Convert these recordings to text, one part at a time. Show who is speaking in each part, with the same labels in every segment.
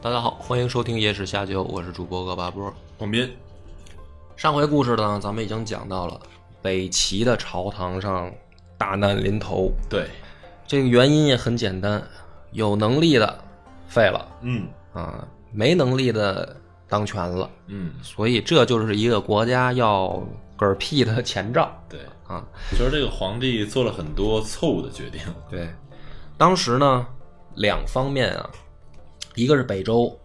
Speaker 1: 大家好，欢迎收听《野史下酒》，我是主播恶霸波。
Speaker 2: 广斌，
Speaker 1: 上回故事呢，咱们已经讲到了北齐的朝堂上大难临头，
Speaker 2: 对，
Speaker 1: 这个原因也很简单，有能力的废了
Speaker 2: 嗯
Speaker 1: 啊，没能力的当权了，
Speaker 2: 嗯，
Speaker 1: 所以这就是一个国家要嗝屁的前兆
Speaker 2: 对，
Speaker 1: 啊。
Speaker 2: 其实这个皇帝做了很多错误的决定，
Speaker 1: 对，当时呢，两方面啊，一个是北周，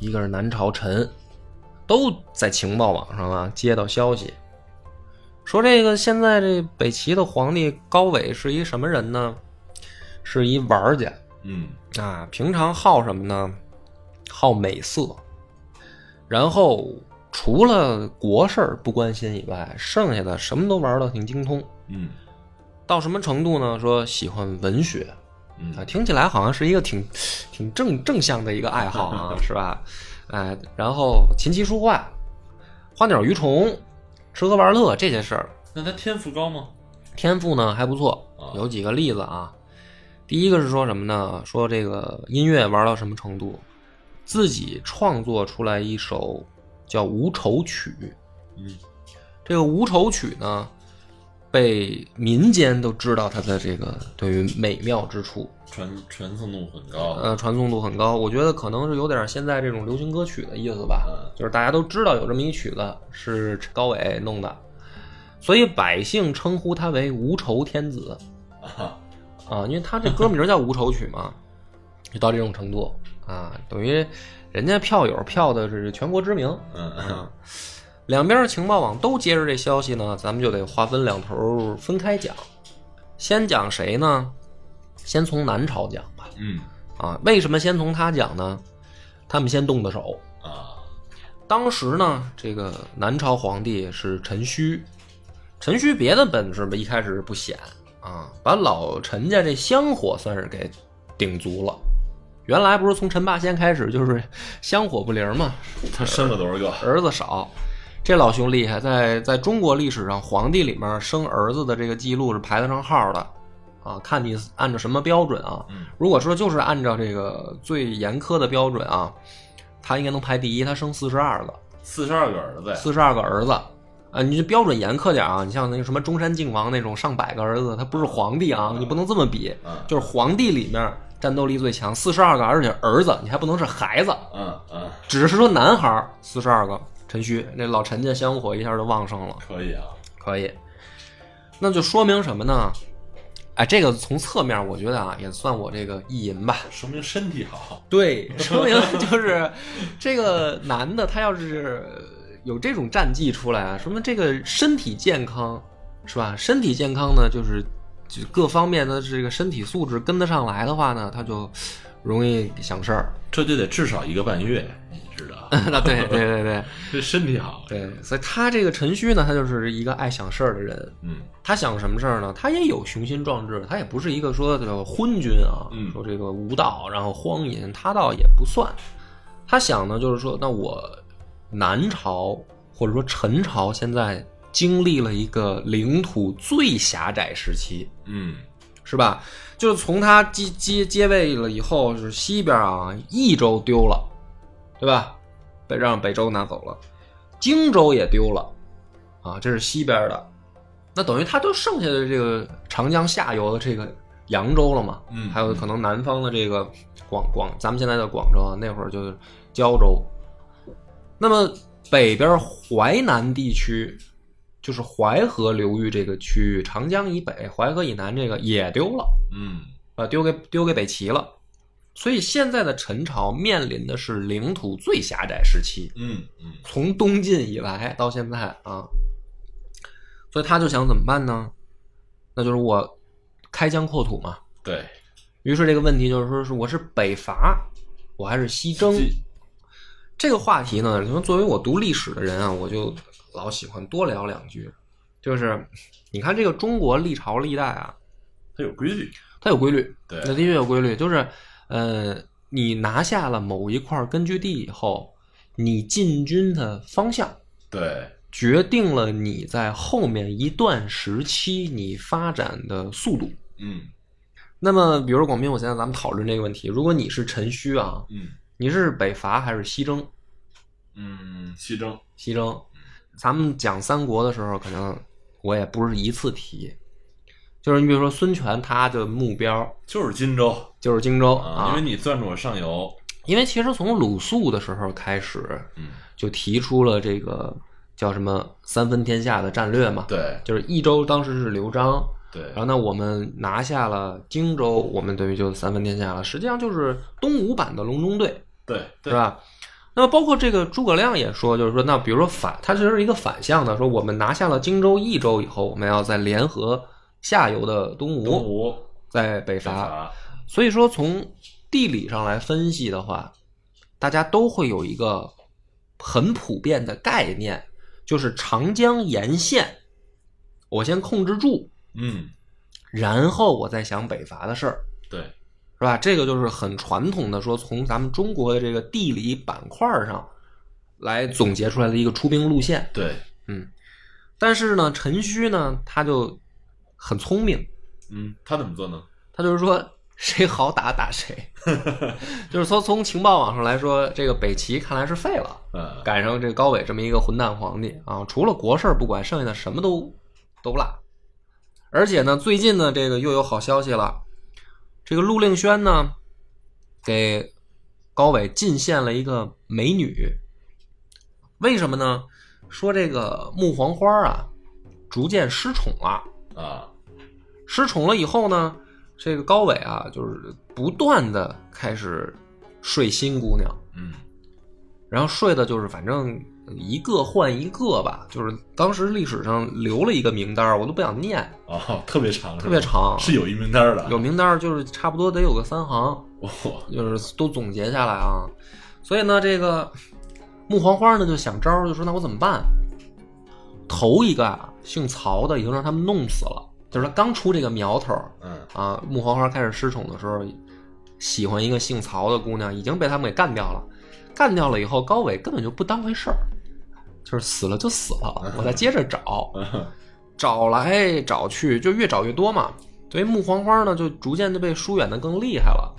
Speaker 1: 一个是南朝陈，都在情报网上啊接到消息，说这个现在这北齐的皇帝高纬是一什么人呢？是一玩家
Speaker 2: 嗯
Speaker 1: 啊，平常好什么呢？好美色，然后除了国事儿不关心以外，剩下的什么都玩的挺精通。
Speaker 2: 嗯
Speaker 1: 到什么程度呢？说喜欢文学，
Speaker 2: 嗯
Speaker 1: 啊，听起来好像是一个挺挺正正向的一个爱好啊，是吧？哎，然后琴棋书画、花鸟鱼虫、吃喝玩乐这些事儿，
Speaker 2: 那他天赋高吗？
Speaker 1: 天赋呢还不错
Speaker 2: 啊，
Speaker 1: 有几个例子啊。第一个是说什么呢？说这个音乐玩到什么程度，自己创作出来一首叫《无愁曲》。
Speaker 2: 嗯，
Speaker 1: 这个《无愁曲》呢，被民间都知道它的这个对于美妙之处。
Speaker 2: 传传送度很高，
Speaker 1: 呃，传颂度很高。我觉得可能是有点现在这种流行歌曲的意思吧
Speaker 2: 嗯，
Speaker 1: 就是大家都知道有这么一曲子是高伟弄的，所以百姓称呼他为无愁天子
Speaker 2: 啊，
Speaker 1: 啊，因为他这歌名叫《无愁曲》嘛，就 到这种程度啊，等于人家票友票的是全国知名。
Speaker 2: 嗯嗯
Speaker 1: 两边情报网都接着这消息呢，咱们就得划分两头分开讲。先讲谁呢？先从南朝讲吧。
Speaker 2: 嗯
Speaker 1: 啊，为什么先从他讲呢？他们先动的手。
Speaker 2: 啊，
Speaker 1: 当时呢，这个南朝皇帝是陈顼，陈顼别的本事吧，一开始不显啊，把老陈家这香火算是给顶足了。原来不是从陈霸先开始就是香火不灵嘛，
Speaker 2: 他生了多少个？
Speaker 1: 儿子少，这老兄厉害，在在中国历史上，皇帝里面生儿子的这个记录是排得上号的，啊，看你按照什么标准啊
Speaker 2: 嗯。
Speaker 1: 如果说就是按照这个最严苛的标准啊，他应该能排第一，他生四十二个，
Speaker 2: 四十二个儿子呀，
Speaker 1: 四十二个儿子。啊，你这标准严苛点啊！你像那个什么中山靖王那种上百个儿子，他不是皇帝啊，你不能这么比。
Speaker 2: 嗯
Speaker 1: 就是皇帝里面战斗力最强，四十二个，而且儿子，你还不能是孩子，
Speaker 2: 嗯嗯，
Speaker 1: 只是说男孩四十二个，陈顼那老陈家香火一下就旺盛了，
Speaker 2: 可以啊，
Speaker 1: 可以。那就说明什么呢？哎，这个从侧面我觉得啊，也算我这个意淫吧。
Speaker 2: 说明身体好，
Speaker 1: 对，说明就是 这个男的他要是有这种战绩出来啊，说明这个身体健康是吧？身体健康呢，就是就各方面的这个身体素质跟得上来的话呢，他就容易想事儿。
Speaker 2: 这就得至少一个半月，你知 道，
Speaker 1: 那对对对对。
Speaker 2: 这身体好，
Speaker 1: 对，所以他这个陈顼呢，他就是一个爱想事儿的人。
Speaker 2: 嗯
Speaker 1: 他想什么事儿呢？他也有雄心壮志，他也不是一个说这个昏君啊，
Speaker 2: 嗯
Speaker 1: 说这个无道然后荒淫，他倒也不算。他想呢，就是说，那我南朝或者说陈朝现在经历了一个领土最狭窄时期，
Speaker 2: 嗯
Speaker 1: 是吧？就是从他接接接位了以后，就是西边啊，益州丢了，对吧？被让北周拿走了，荆州也丢了，啊，这是西边的。那等于他就剩下的这个长江下游的这个扬州了嘛，
Speaker 2: 嗯
Speaker 1: 还有可能南方的这个广广，咱们现在的广州啊，那会儿就是胶州。那么北边淮南地区，就是淮河流域这个区域，长江以北、淮河以南这个也丢了，
Speaker 2: 嗯
Speaker 1: 啊，丢给丢给北齐了。所以现在的陈朝面临的是领土最狭窄时期，
Speaker 2: 嗯嗯
Speaker 1: 从东晋以来到现在啊。所以他就想怎么办呢？那就是我开疆扩土嘛。
Speaker 2: 对，
Speaker 1: 于是这个问题就是说是我是北伐，我还是西征。这个话题呢，你说作为我读历史的人啊，我就老喜欢多聊两句。就是你看这个中国历朝历代啊，
Speaker 2: 它有规律，
Speaker 1: 它有规律，
Speaker 2: 对
Speaker 1: 那的确有规律，就是呃，你拿下了某一块根据地以后，你进军的方向
Speaker 2: 对，
Speaker 1: 决定了你在后面一段时期你发展的速度。
Speaker 2: 嗯
Speaker 1: 那么，比如说广斌，我现在咱们讨论这个问题，如果你是陈顼啊，
Speaker 2: 嗯
Speaker 1: 你是北伐还是西征？
Speaker 2: 嗯，西征，
Speaker 1: 西
Speaker 2: 嗯
Speaker 1: 征，咱们讲三国的时候，可能我也不是一次提，就是你比如说孙权，他的目标
Speaker 2: 就是荆州
Speaker 1: 就是荆州
Speaker 2: 啊，
Speaker 1: 啊，
Speaker 2: 因为你攥住我上游，
Speaker 1: 因为其实从鲁肃的时候开始，
Speaker 2: 嗯，
Speaker 1: 就提出了这个叫什么“三分天下”的战略嘛，
Speaker 2: 对
Speaker 1: 就是益州当时是刘璋，
Speaker 2: 对
Speaker 1: 然后呢，我们拿下了荆州，我们等于就三分天下了，实际上就是东吴版的隆中对，
Speaker 2: 对
Speaker 1: 是
Speaker 2: 对，
Speaker 1: 吧？那么包括这个诸葛亮也说，就是说，那比如说反，他其实是一个反向的，说我们拿下了荆州、益州以后，我们要再联合下游的东吴，
Speaker 2: 东吴
Speaker 1: 在北
Speaker 2: 北
Speaker 1: 伐。
Speaker 2: 伐，
Speaker 1: 所以说，从地理上来分析的话，大家都会有一个很普遍的概念，就是长江沿线，我先控制住，
Speaker 2: 嗯，
Speaker 1: 然后我再想北伐的事儿。
Speaker 2: 对，
Speaker 1: 是吧？这个就是很传统的说，从咱们中国的这个地理板块上来总结出来的一个出兵路线。
Speaker 2: 对，
Speaker 1: 但是呢，陈顼呢，他就很聪明，
Speaker 2: 嗯，他怎么做呢？
Speaker 1: 他就是说谁好打打谁，就是说从情报网上来说，这个北齐看来是废了，
Speaker 2: 呃，
Speaker 1: 赶上这个高纬这么一个混蛋皇帝啊，除了国事儿不管，剩下的什么都 都不落。而且呢，最近呢，这个又有好消息了，这个陆令轩呢，给高纬进献了一个美女。为什么呢？说这个木黄花啊，逐渐失宠了。
Speaker 2: 啊，
Speaker 1: 失宠了以后呢，这个高纬啊，就是不断的开始睡新姑娘。
Speaker 2: 嗯，
Speaker 1: 然后睡的就是反正一个换一个吧，就是当时历史上留了一个名单儿，我都不想念，
Speaker 2: 哦，特别长，是吧
Speaker 1: 特别，长，
Speaker 2: 是有一名单儿的，
Speaker 1: 有名单儿就是差不多得有个三行，
Speaker 2: 哇，
Speaker 1: 就是都总结下来啊。所以呢，这个木黄花呢就想招儿，就说那我怎么办？头一个啊，姓曹的已经让他们弄死了，就是他刚出这个苗头儿
Speaker 2: 嗯，
Speaker 1: 啊，木黄花开始失宠的时候，喜欢一个姓曹的姑娘，已经被他们给干掉了。干掉了以后，高伟根本就不当回事儿，就是死了就死了，我再接着找， 找来找去就越找越多嘛。所以木黄花呢，就逐渐就被疏远的更厉害了。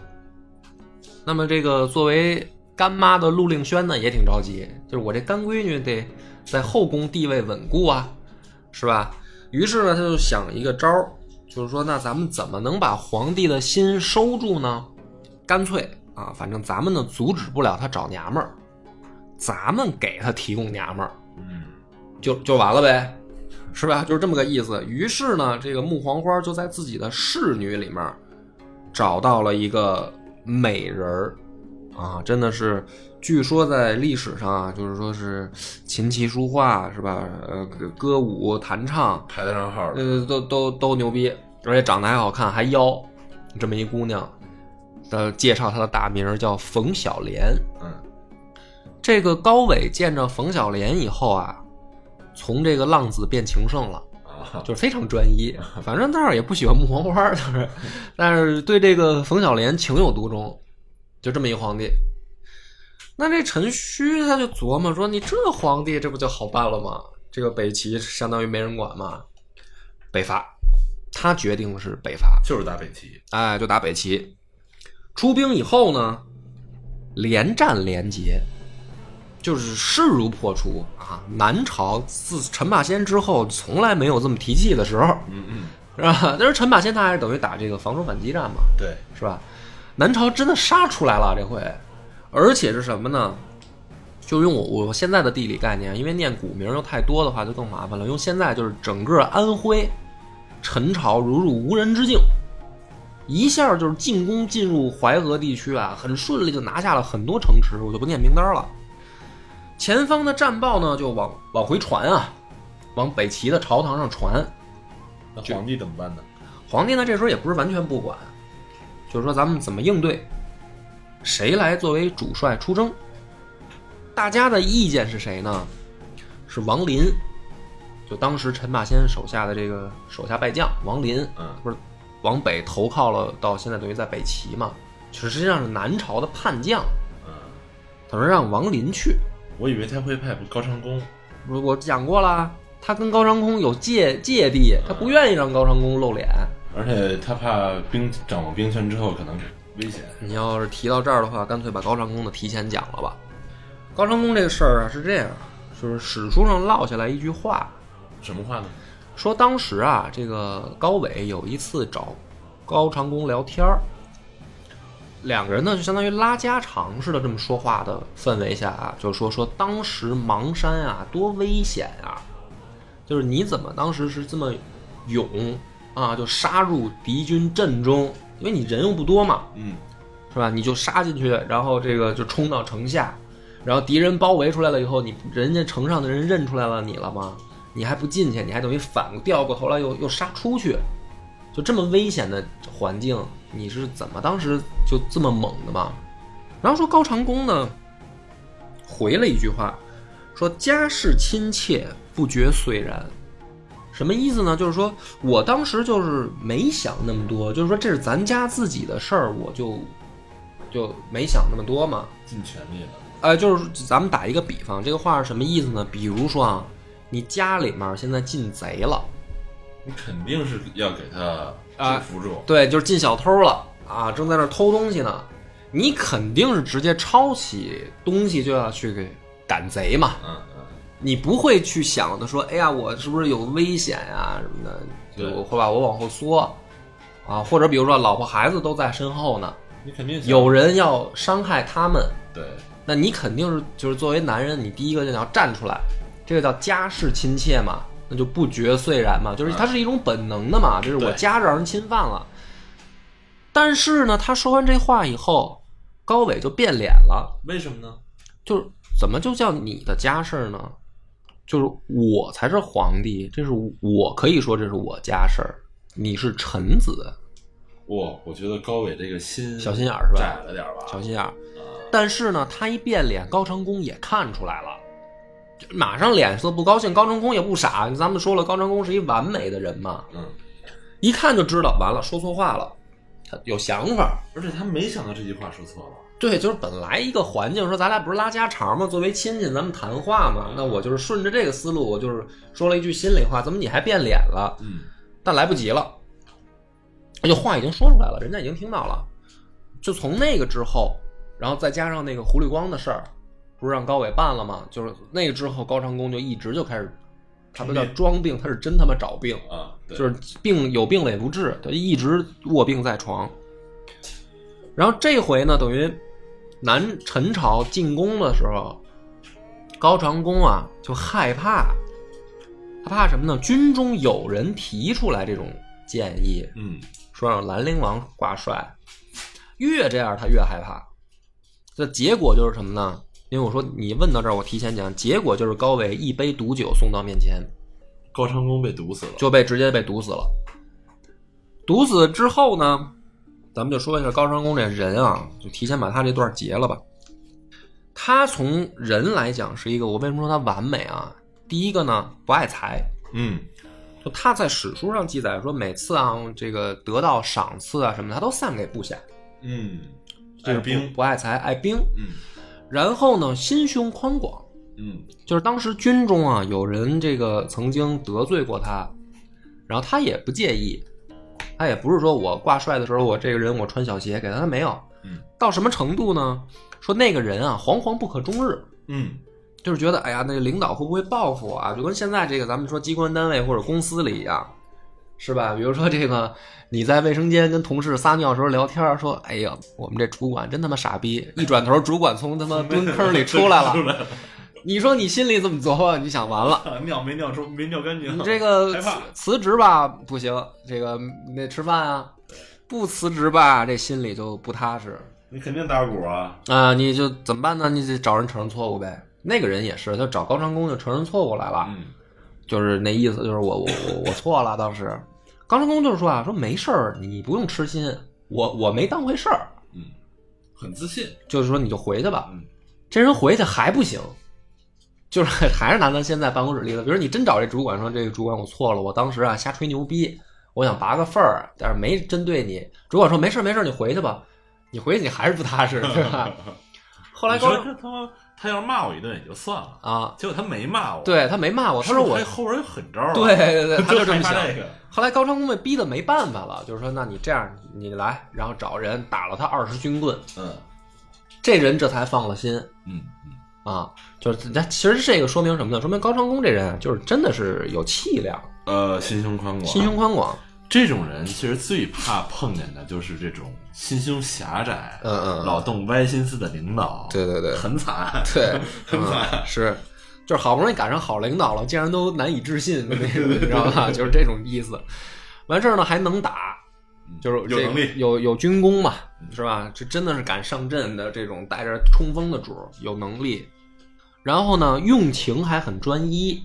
Speaker 1: 那么这个作为干妈的陆令轩呢，也挺着急，就是我这干闺女得在后宫地位稳固啊，是吧？于是呢，他就想一个招儿，就是说，那咱们怎么能把皇帝的心收住呢？干脆啊，反正咱们呢阻止不了他找娘们儿，咱们给他提供娘们儿，
Speaker 2: 嗯，
Speaker 1: 就就完了呗，是吧？就是这么个意思。于是呢，这个木黄花就在自己的侍女里面找到了一个美人儿啊，真的是，据说在历史上啊，就是说是琴棋书画是吧？呃，歌舞弹唱，
Speaker 2: 排得上号的，
Speaker 1: 呃，都都都牛逼，而且长得还好看，还妖，这么一姑娘。呃，介绍她的大名儿叫冯小莲。
Speaker 2: 嗯，
Speaker 1: 这个高伟见着冯小莲以后啊，从这个浪子变情圣了。
Speaker 2: 啊，
Speaker 1: 就是非常专一。反正那儿也不喜欢穆黄花，就是，但是对这个冯小莲情有独钟，就这么一皇帝。那这陈顼他就琢磨说：“你这皇帝这不就好办了吗？这个北齐相当于没人管嘛，北伐，他决定的是北伐，
Speaker 2: 就是打北齐，
Speaker 1: 哎，就打北齐。出兵以后呢，连战连捷，就是势如破竹啊！南朝自陈霸先之后，从来没有这么提气的时候，
Speaker 2: 嗯嗯，
Speaker 1: 是吧？但是陈霸先他还是等于打这个防守反击战嘛，
Speaker 2: 对，
Speaker 1: 是吧？南朝真的杀出来了这回，而且是什么呢？就用我我现在的地理概念，因为念古名又太多的话就更麻烦了。用现在就是整个安徽，陈朝如入无人之境，一下就是进攻进入淮河地区啊，很顺利就拿下了很多城池，我就不念名单了。前方的战报呢就往往回传啊，往北齐的朝堂上传，
Speaker 2: 那皇帝怎么办呢？
Speaker 1: 皇帝呢这时候也不是完全不管，就是说咱们怎么应对。谁来作为主帅出征？大家的意见是谁呢？是王林，就当时陈霸先手下的这个手下败将王林，
Speaker 2: 嗯
Speaker 1: 不是往北投靠了，到现在等于在北齐嘛，实际上是南朝的叛将，
Speaker 2: 嗯，
Speaker 1: 等于让王林去。
Speaker 2: 我以为他会派高长恭，
Speaker 1: 我我讲过啦，他跟高长恭有芥芥蒂，他不愿意让高长恭露脸。
Speaker 2: 而且他怕兵掌握兵权之后可能危险。
Speaker 1: 你要是提到这儿的话，干脆把高长恭的提前讲了吧。高长恭这个事儿啊是这样，就是史书上落下来一句话，
Speaker 2: 什么话呢？
Speaker 1: 说当时啊，这个高伟有一次找高长恭聊天儿，两个人呢就相当于拉家常似的这么说话的氛围下啊，就说说当时邙山啊多危险啊，就是你怎么当时是这么勇啊，就杀入敌军阵中，因为你人又不多嘛，
Speaker 2: 嗯，
Speaker 1: 是吧？你就杀进去，然后这个就冲到城下，然后敌人包围出来了以后，你人家城上的人认出来了你了吗？你还不进去，你还等于反掉过头来又又杀出去，就这么危险的环境，你是怎么当时就这么猛的嘛？然后说高长恭呢，回了一句话，说家世亲切，不觉虽然。什么意思呢？就是说我当时就是没想那么多，就是说这是咱家自己的事儿，我就就没想那么多嘛。
Speaker 2: 尽全力了。
Speaker 1: 呃，就是咱们打一个比方，这个话是什么意思呢？比如说啊，你家里面现在进贼了，
Speaker 2: 你肯定是要给他
Speaker 1: 啊
Speaker 2: 制服住，
Speaker 1: 对，就是进小偷了啊，正在那儿偷东西呢，你肯定是直接抄起东西就要去给赶贼嘛，
Speaker 2: 嗯嗯，
Speaker 1: 你不会去想的说，哎呀，我是不是有危险啊什么的，
Speaker 2: 对
Speaker 1: 就会把我往后缩啊，或者比如说老婆孩子都在身后呢，
Speaker 2: 你肯定想
Speaker 1: 有人要伤害他们，
Speaker 2: 对，
Speaker 1: 那你肯定是就是作为男人，你第一个就要站出来，这个叫家世亲切嘛，那就不觉虽然嘛，就是它是一种本能的嘛，就是我
Speaker 2: 对
Speaker 1: 家让人侵犯了。但是呢，他说完这话以后，高伟就变脸了，
Speaker 2: 为什么呢？
Speaker 1: 就是怎么就叫你的家事儿呢？就是我才是皇帝，这是我可以说这是我家事儿，你是臣子，
Speaker 2: 我我觉得高伟这个心
Speaker 1: 小心眼儿是吧
Speaker 2: 窄了点儿吧，
Speaker 1: 小心眼儿。
Speaker 2: 啊
Speaker 1: 但是呢，他一变脸，高成功也看出来了，马上脸色不高兴。高成功也不傻，咱们说了，高成功是一完美的人嘛，
Speaker 2: 嗯，
Speaker 1: 一看就知道完了，说错话了，他有想法。
Speaker 2: 而且他没想到这句话说错了，
Speaker 1: 对，就是本来一个环境，说咱俩不是拉家常嘛，作为亲戚咱们谈话嘛，那我就是顺着这个思路，我就是说了一句心里话，怎么你还变脸了？
Speaker 2: 嗯，
Speaker 1: 但来不及了，就话已经说出来了，人家已经听到了。就从那个之后，然后再加上那个胡绿光的事儿，不是让高伟办了吗？就是那个之后，高长恭就一直就开始，他不叫装病，他是真他妈找病，
Speaker 2: 啊，对
Speaker 1: 就是病有病了也不治，就一直卧病在床。然后这回呢，等于南陈朝进攻的时候，高长恭啊就害怕，他怕什么呢？军中有人提出来这种建议，
Speaker 2: 嗯，
Speaker 1: 说让兰陵王挂帅，越这样他越害怕。这结果就是什么呢？因为我说你问到这儿，我提前讲，结果就是高伟一杯毒酒送到面前，
Speaker 2: 高长恭被毒死了，
Speaker 1: 就被直接被毒死了。毒死之后呢，咱们就说一下高长恭这人啊，就提前把他这段截了吧。他从人来讲是一个，我为什么说他完美啊？第一个呢，不爱财，
Speaker 2: 嗯，
Speaker 1: 就他在史书上记载说，每次啊这个得到赏赐啊什么的，他都散给部下，
Speaker 2: 嗯，
Speaker 1: 这是
Speaker 2: 爱兵
Speaker 1: 不不爱财，爱兵。
Speaker 2: 嗯
Speaker 1: 然后呢，心胸宽广，
Speaker 2: 嗯
Speaker 1: 就是当时军中啊有人这个曾经得罪过他，然后他也不介意，他也不是说我挂帅的时候我这个人我穿小鞋给他，他没有。
Speaker 2: 嗯
Speaker 1: 到什么程度呢？说那个人啊惶惶不可终日，
Speaker 2: 嗯
Speaker 1: 就是觉得哎呀，那个领导会不会报复我啊？就跟现在这个咱们说机关单位或者公司里一样，是吧？比如说这个你在卫生间跟同事撒尿的时候聊天儿，说哎呀，我们这主管真他妈傻逼，一转头主管从他妈蹲坑里出来
Speaker 2: 出
Speaker 1: 了，
Speaker 2: 来了
Speaker 1: 你说你心里怎么琢磨？你想完了。
Speaker 2: 啊尿没尿出，没尿干净，啊
Speaker 1: 你这个
Speaker 2: 害
Speaker 1: 辞
Speaker 2: 怕，
Speaker 1: 辞职吧不行，这个那吃饭啊，不辞职吧这心里就不踏实
Speaker 2: 你肯定打鼓啊，
Speaker 1: 啊、你就怎么办呢？你得找人承认错误呗。那个人也是，他找高长恭就承认错误来了，
Speaker 2: 嗯
Speaker 1: 就是那意思，就是我我我我错了。当时高长恭就是说啊，说没事儿，你不用痴心，我我没当回事儿。
Speaker 2: 嗯，很自信，
Speaker 1: 就是说你就回去吧
Speaker 2: 嗯。
Speaker 1: 这人回去还不行，就是 还是拿咱现在办公室例子，比如你真找这主管说，这个主管我错了，我当时啊瞎吹牛逼，我想拔个份儿，但是没针对你。主管说没事儿没事儿，你回去吧，你回去你还是不踏 实，对吧？后来
Speaker 2: 你
Speaker 1: 高中
Speaker 2: 说他他妈他要是骂我一顿也就算了，
Speaker 1: 啊，
Speaker 2: 结果他没骂我，，
Speaker 1: 对他没骂我，他
Speaker 2: 他
Speaker 1: 说我
Speaker 2: 后边有狠招啊，
Speaker 1: 对对对，他就
Speaker 2: 就
Speaker 1: 这么
Speaker 2: 害
Speaker 1: 想
Speaker 2: 怕。这个，
Speaker 1: 后来高长恭被逼得没办法了，就是说，那你这样，你来，然后找人打了他二十军棍，
Speaker 2: 嗯
Speaker 1: 这人这才放了心
Speaker 2: 嗯嗯，
Speaker 1: 啊。就是他其实这个说明什么呢？说明高长恭这人啊，就是真的是有气量，
Speaker 2: 呃，心胸宽广，
Speaker 1: 心胸宽广。
Speaker 2: 这种人其实最怕碰见的就是这种心胸狭窄、
Speaker 1: 嗯嗯，
Speaker 2: 老动歪心思的领导，
Speaker 1: 对对对
Speaker 2: 很惨，
Speaker 1: 对，
Speaker 2: 很惨
Speaker 1: 嗯、是。就是好不容易赶上好领导了，竟然都难以置信，那种你知道吧？就是这种意思。完事儿呢，还能打，就是
Speaker 2: 嗯有
Speaker 1: 这
Speaker 2: 能
Speaker 1: 个
Speaker 2: 力，
Speaker 1: 有有军功嘛，是吧？这真的是敢上阵的这种带着冲锋的主儿，有能力。然后呢，用情还很专一，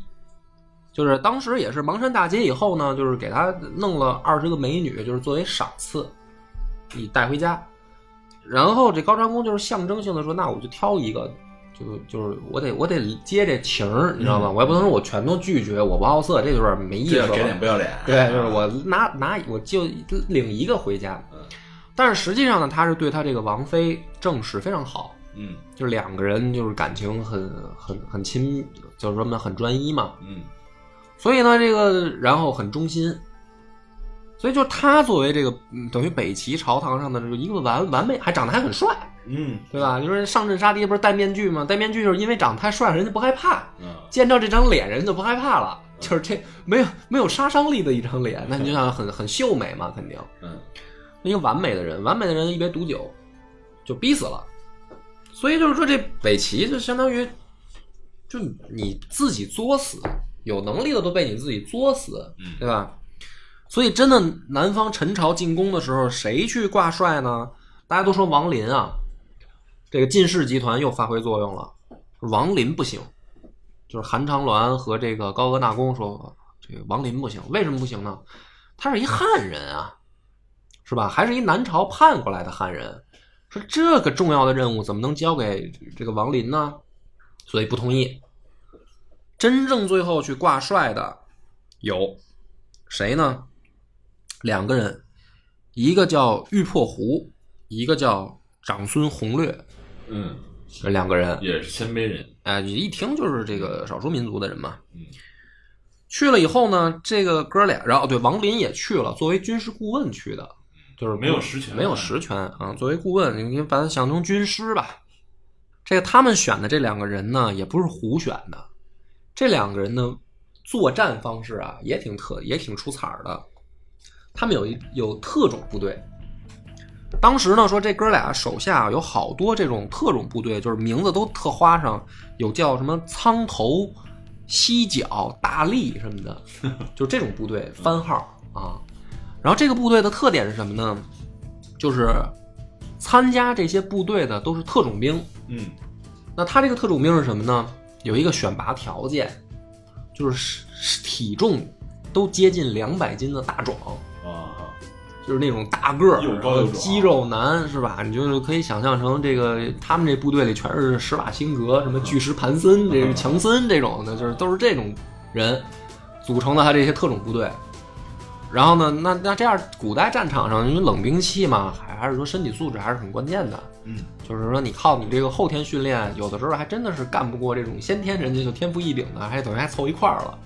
Speaker 1: 就是当时也是芒山大捷以后呢，就是给他弄了二十个美女，就是作为赏赐，你带回家。然后这高长恭就是象征性的说，那我就挑一个，就就是我得我得接这情儿，你知道吗？
Speaker 2: 嗯
Speaker 1: 我也不能说我全都拒绝，我不好色，这有点没意思
Speaker 2: 这
Speaker 1: 了。
Speaker 2: 叫给脸不要脸，
Speaker 1: 对，就是我拿拿我就领一个回家
Speaker 2: 嗯，
Speaker 1: 但是实际上呢，他是对他这个王妃正史非常好，
Speaker 2: 嗯
Speaker 1: 就是两个人就是感情很很很亲，就是说呢很专一嘛，
Speaker 2: 嗯
Speaker 1: 所以呢这个然后很忠心，所以就是他作为这个嗯等于北齐朝堂上的这个一个完完美，还长得还很帅，
Speaker 2: 嗯
Speaker 1: 对吧？就是上阵杀敌不是戴面具吗？戴面具就是因为长得太帅，人家不害怕，
Speaker 2: 嗯，
Speaker 1: 见到这张脸，人就不害怕了。就是这没有没有杀伤力的一张脸，那你就想很很秀美嘛，肯定
Speaker 2: 嗯
Speaker 1: 一个完美的人，完美的人一杯毒酒就逼死了。所以就是说，这北齐就相当于就你自己作死，有能力的都被你自己作死，
Speaker 2: 嗯
Speaker 1: 对吧？所以真的，南方陈朝进攻的时候，谁去挂帅呢？大家都说王林啊，这个进士集团又发挥作用了。王林不行，就是韩长銮和这个高阿纳公说，这个王林不行，为什么不行呢？他是一汉人啊，是吧？还是一南朝叛过来的汉人，说这个重要的任务怎么能交给这个王林呢？所以不同意。真正最后去挂帅的有谁呢？两个人，一个叫玉破胡，一个叫长孙弘略，
Speaker 2: 嗯，
Speaker 1: 这两个人。
Speaker 2: 也是鲜卑人，
Speaker 1: 哎，你一听就是这个少数民族的人嘛。
Speaker 2: 嗯
Speaker 1: 去了以后呢，这个哥俩，然后对王林也去了，作为军事顾问去的，就是
Speaker 2: 嗯没有实权
Speaker 1: 没有实权啊。作为顾问，你你把他想成军师吧。这个他们选的这两个人呢，也不是胡选的，这两个人呢，作战方式啊也挺特也挺出彩儿的。他们有一有特种部队，当时呢说这哥俩手下有好多这种特种部队，就是名字都特花上，有叫什么苍头、犀角、大力什么的，就这种部队番号啊。然后这个部队的特点是什么呢？就是参加这些部队的都是特种兵。
Speaker 2: 嗯
Speaker 1: 那他这个特种兵是什么呢？有一个选拔条件，就是是体重都接近两百斤的大壮。
Speaker 2: 啊，
Speaker 1: 就是那种大个儿，
Speaker 2: 又高又壮
Speaker 1: 肌肉男是吧？你就是可以想象成这个他们这部队里全是施瓦辛格、什么巨石盘森、这个强森这种的，就是都是这种人组成的他这些特种部队。然后呢，那那这样，古代战场上因为冷兵器嘛，还还是说身体素质还是很关键的。
Speaker 2: 嗯
Speaker 1: 就是说，你靠你这个后天训练，有的时候还真的是干不过这种先天人家就天赋异禀的，还等于还凑一块儿了。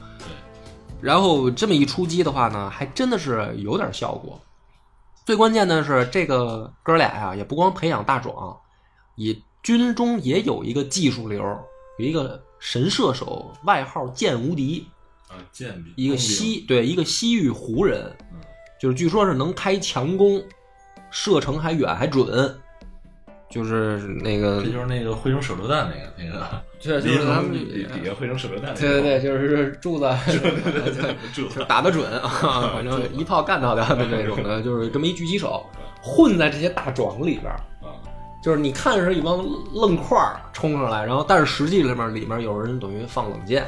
Speaker 1: 然后这么一出击的话呢，还真的是有点效果。最关键的是，这个哥俩呀、也不光培养大壮，也军中也有一个技术流，有一个神射手，外号剑无敌，
Speaker 2: 啊，剑比
Speaker 1: 一个西对一个西域胡人
Speaker 2: 嗯，
Speaker 1: 就是据说是能开强弓，射程还远还准，就是那个
Speaker 2: 这就是那个汇成手榴弹那个那个，
Speaker 1: 这就
Speaker 2: 离
Speaker 1: 是
Speaker 2: 合
Speaker 1: 咱们
Speaker 2: 底底下汇成手榴弹那个，
Speaker 1: 对对对，就是柱子，对，
Speaker 2: 这
Speaker 1: 就是打得准 啊，反正一炮干到他的这种的，就是这么一狙击手，混在这些大壮里边儿，
Speaker 2: 啊，
Speaker 1: 就是你看是一帮愣块儿冲上来，然后但是实际里面里面有人等于放冷箭，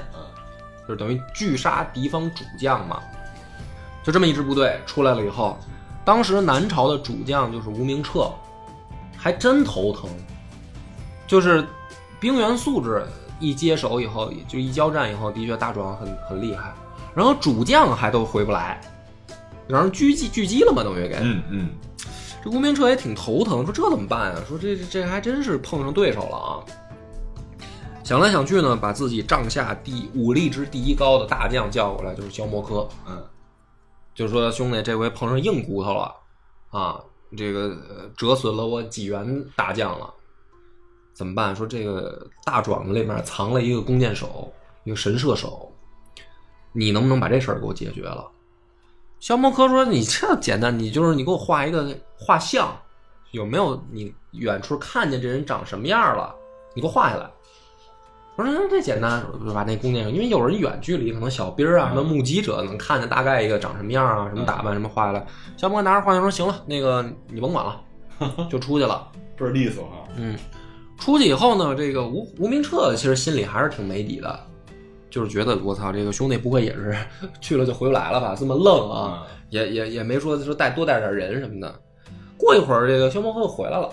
Speaker 1: 就是等于拒杀敌方主将嘛。就这么一支部队出来了以后，当时南朝的主将就是吴明彻，还真头疼。就是兵员素质一接手以后，就一交战以后，的确大壮很很厉害。然后主将还都回不来，让人狙击狙击了嘛，等于给。
Speaker 2: 嗯嗯，
Speaker 1: 这吴明彻也挺头疼，说这怎么办啊？说这这这还真是碰上对手了啊！想来想去呢，把自己帐下第武力值第一高的大将叫过来，就是萧摩柯。
Speaker 2: 嗯，
Speaker 1: 就是说兄弟，这回碰上硬骨头了啊！这个呃折损了我几员大将了，怎么办？说这个大壮子里面藏了一个弓箭手，一个神射手，你能不能把这事儿给我解决了？肖摩科说：“你这简单，你就是你给我画一个画像，有没有你远处看见这人长什么样了？你给我画下来。”我说：“这简单，我就把那弓箭手，因为有人远距离，可能小兵啊，什么目击者能看见大概一个长什么样啊，什么打扮，什么画下来。”肖摩科拿着画像说：“行了，那个你甭管了，就出去了。”
Speaker 2: 倍儿利索哈。
Speaker 1: 嗯，出去以后呢，这个吴吴明彻其实心里还是挺没底的，就是觉得我操，这个兄弟不会也是 去了就回不来了吧？这么愣啊，也也也没说说带多带点人什么的。过一会儿，这个萧摩诃又回来了，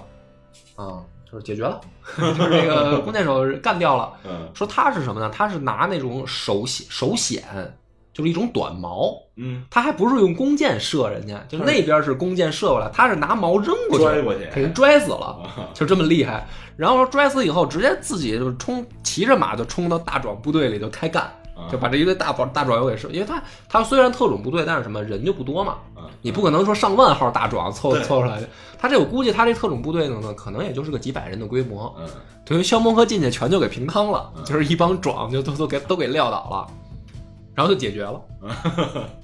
Speaker 1: 啊，就是解决了， 就是这个弓箭手干掉了。
Speaker 2: 嗯
Speaker 1: 说他是什么呢？他是拿那种手铣手铣，就是一种短矛，
Speaker 2: 嗯，
Speaker 1: 他还不是用弓箭射人家，就是那边是弓箭射过来，他是拿矛扔过去，
Speaker 2: 拽过去
Speaker 1: 给人拽死了。
Speaker 2: 啊
Speaker 1: 就这么厉害。然后摔死以后，直接自己就冲，骑着马就冲到大壮部队里就开干，
Speaker 2: 啊
Speaker 1: 就把这一堆大宝大壮又给射。因为他他虽然特种部队，但是什么人就不多嘛，
Speaker 2: 啊
Speaker 1: 你不可能说上万号大壮凑
Speaker 2: 对
Speaker 1: 凑出来的。他这我估计他这特种部队呢，可能也就是个几百人的规模。
Speaker 2: 嗯
Speaker 1: 等于肖蒙科进去全就给平康了，
Speaker 2: 嗯
Speaker 1: 就是一帮壮就都都给都给撂倒了，然后就解决了。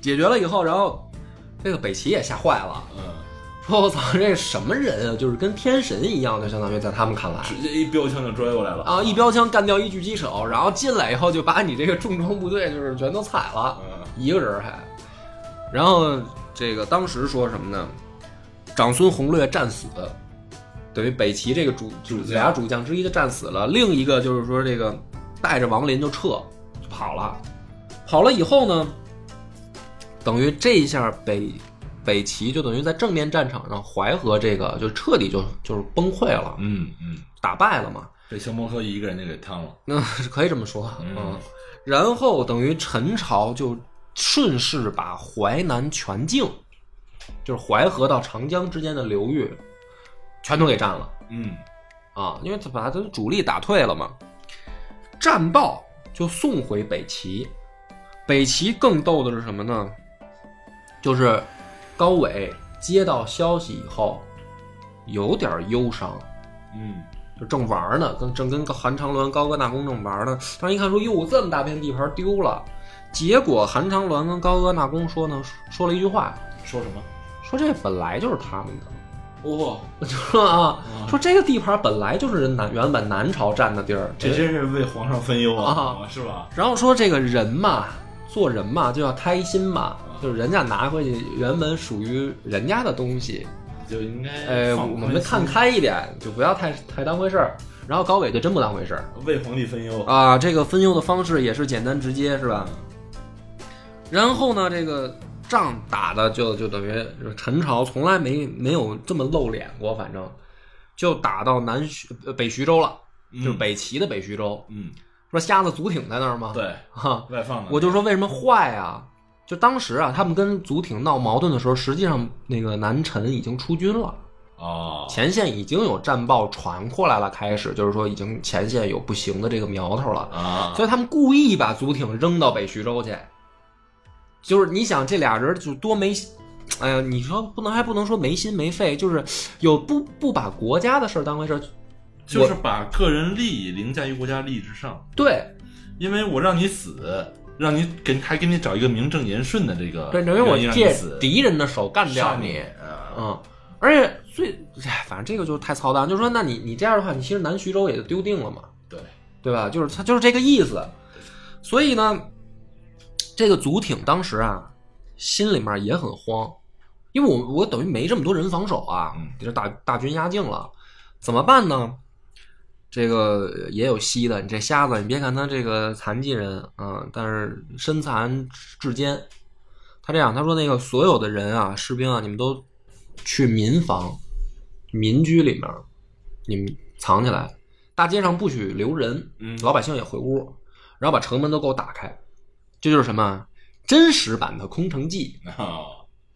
Speaker 1: 解决了以后，然后这个北齐也吓坏了，
Speaker 2: 嗯，
Speaker 1: 说我操，这什么人啊？就是跟天神一样，就相当于在他们看来，
Speaker 2: 直接一标枪就拽过来了
Speaker 1: 啊，一标枪干掉一狙击手，然后进来以后就把你这个重装部队就是全都踩了，
Speaker 2: 嗯
Speaker 1: 一个人还。然后这个当时说什么呢？长孙弘略战死，等于北齐这个主主
Speaker 2: 主将
Speaker 1: 俩主将之一就战死了，另一个就是说这个带着王林就撤就跑了，跑了以后呢，等于这一下北北齐就等于在正面战场上淮河这个就彻底就就是崩溃了，
Speaker 2: 嗯嗯，
Speaker 1: 打败了嘛。
Speaker 2: 被肖摩诃一个人就给趟了。
Speaker 1: 那、可以这么说，啊
Speaker 2: 嗯
Speaker 1: 然后等于陈朝就顺势把淮南全境，就是淮河到长江之间的流域，全都给占了
Speaker 2: 嗯
Speaker 1: 啊！因为他把他的主力打退了嘛。战报就送回北齐，北齐更逗的是什么呢？就是高纬接到消息以后，有点忧伤，
Speaker 2: 嗯
Speaker 1: 就正玩儿呢，跟正跟韩长鸾、高歌纳公正玩儿呢。当时一看说：“哟，这么大片地盘丢了。”结果韩长鸾跟高歌纳公说呢，说了一句话，
Speaker 2: 说什么？
Speaker 1: 说这本来就是他们的，
Speaker 2: 哦，
Speaker 1: 我就说啊，说这个地盘本来就是南原本南朝占的地儿，
Speaker 2: 这真是为皇上分忧
Speaker 1: 啊
Speaker 2: 啊，是吧？
Speaker 1: 然后说这个人嘛，做人嘛就要开心嘛，就是人家拿回去原本属于人家的东西，
Speaker 2: 就应该
Speaker 1: 呃，
Speaker 2: 放
Speaker 1: 我们
Speaker 2: 宽
Speaker 1: 看
Speaker 2: 心，
Speaker 1: 开一点，就不要太太当回事儿。然后高伟就真不当回事儿，
Speaker 2: 为皇帝分忧。
Speaker 1: 啊，这个分忧的方式也是简单直接，是吧？然后呢，这个仗打的就就等于就是陈朝从来没没有这么露脸过，反正就打到南徐呃北徐州了，
Speaker 2: 嗯
Speaker 1: 就是北齐的北徐州。
Speaker 2: 嗯，
Speaker 1: 说瞎子祖挺在那儿吗？
Speaker 2: 对，
Speaker 1: 哈，
Speaker 2: 外放的
Speaker 1: 我就说为什么坏啊？就当时啊，他们跟祖挺闹矛盾的时候，实际上那个南陈已经出军了，
Speaker 2: 哦，
Speaker 1: 前线已经有战报传过来了，开始就是说已经前线有不行的这个苗头了。
Speaker 2: 啊，
Speaker 1: 所以他们故意把祖挺扔到北徐州去。就是你想，这俩人就多没，哎呀，你说不能还不能说没心没肺，就是有不不把国家的事儿当回事儿。
Speaker 2: 就是把个人利益凌驾于国家利益之上，
Speaker 1: 对，
Speaker 2: 因为我让你死，让你给还给你找一个名正言顺的这个
Speaker 1: 对，
Speaker 2: 原因
Speaker 1: 等
Speaker 2: 让
Speaker 1: 于
Speaker 2: 你
Speaker 1: 我借
Speaker 2: 死
Speaker 1: 敌人的手干掉
Speaker 2: 杀
Speaker 1: 你，
Speaker 2: 啊，
Speaker 1: 嗯。而且最，哎，反正这个就太操蛋，就说那你你这样的话，你其实南徐州也就丢定了嘛。
Speaker 2: 对，
Speaker 1: 对吧？就是他就是这个意思。所以呢，这个祖挺当时啊，心里面也很慌，因为我我等于没这么多人防守啊
Speaker 2: 嗯，
Speaker 1: 这大大军压境了，怎么办呢？这个呃也有稀的，你这瞎子，你别看他这个残疾人啊、但是身残志坚。他这样，他说那个所有的人啊，士兵啊，你们都去民房、民居里面你们藏起来，大街上不许留人，
Speaker 2: 嗯
Speaker 1: 老百姓也回屋，然后把城门都给我打开。这就是什么啊真实版的《空城计》，
Speaker 2: 啊，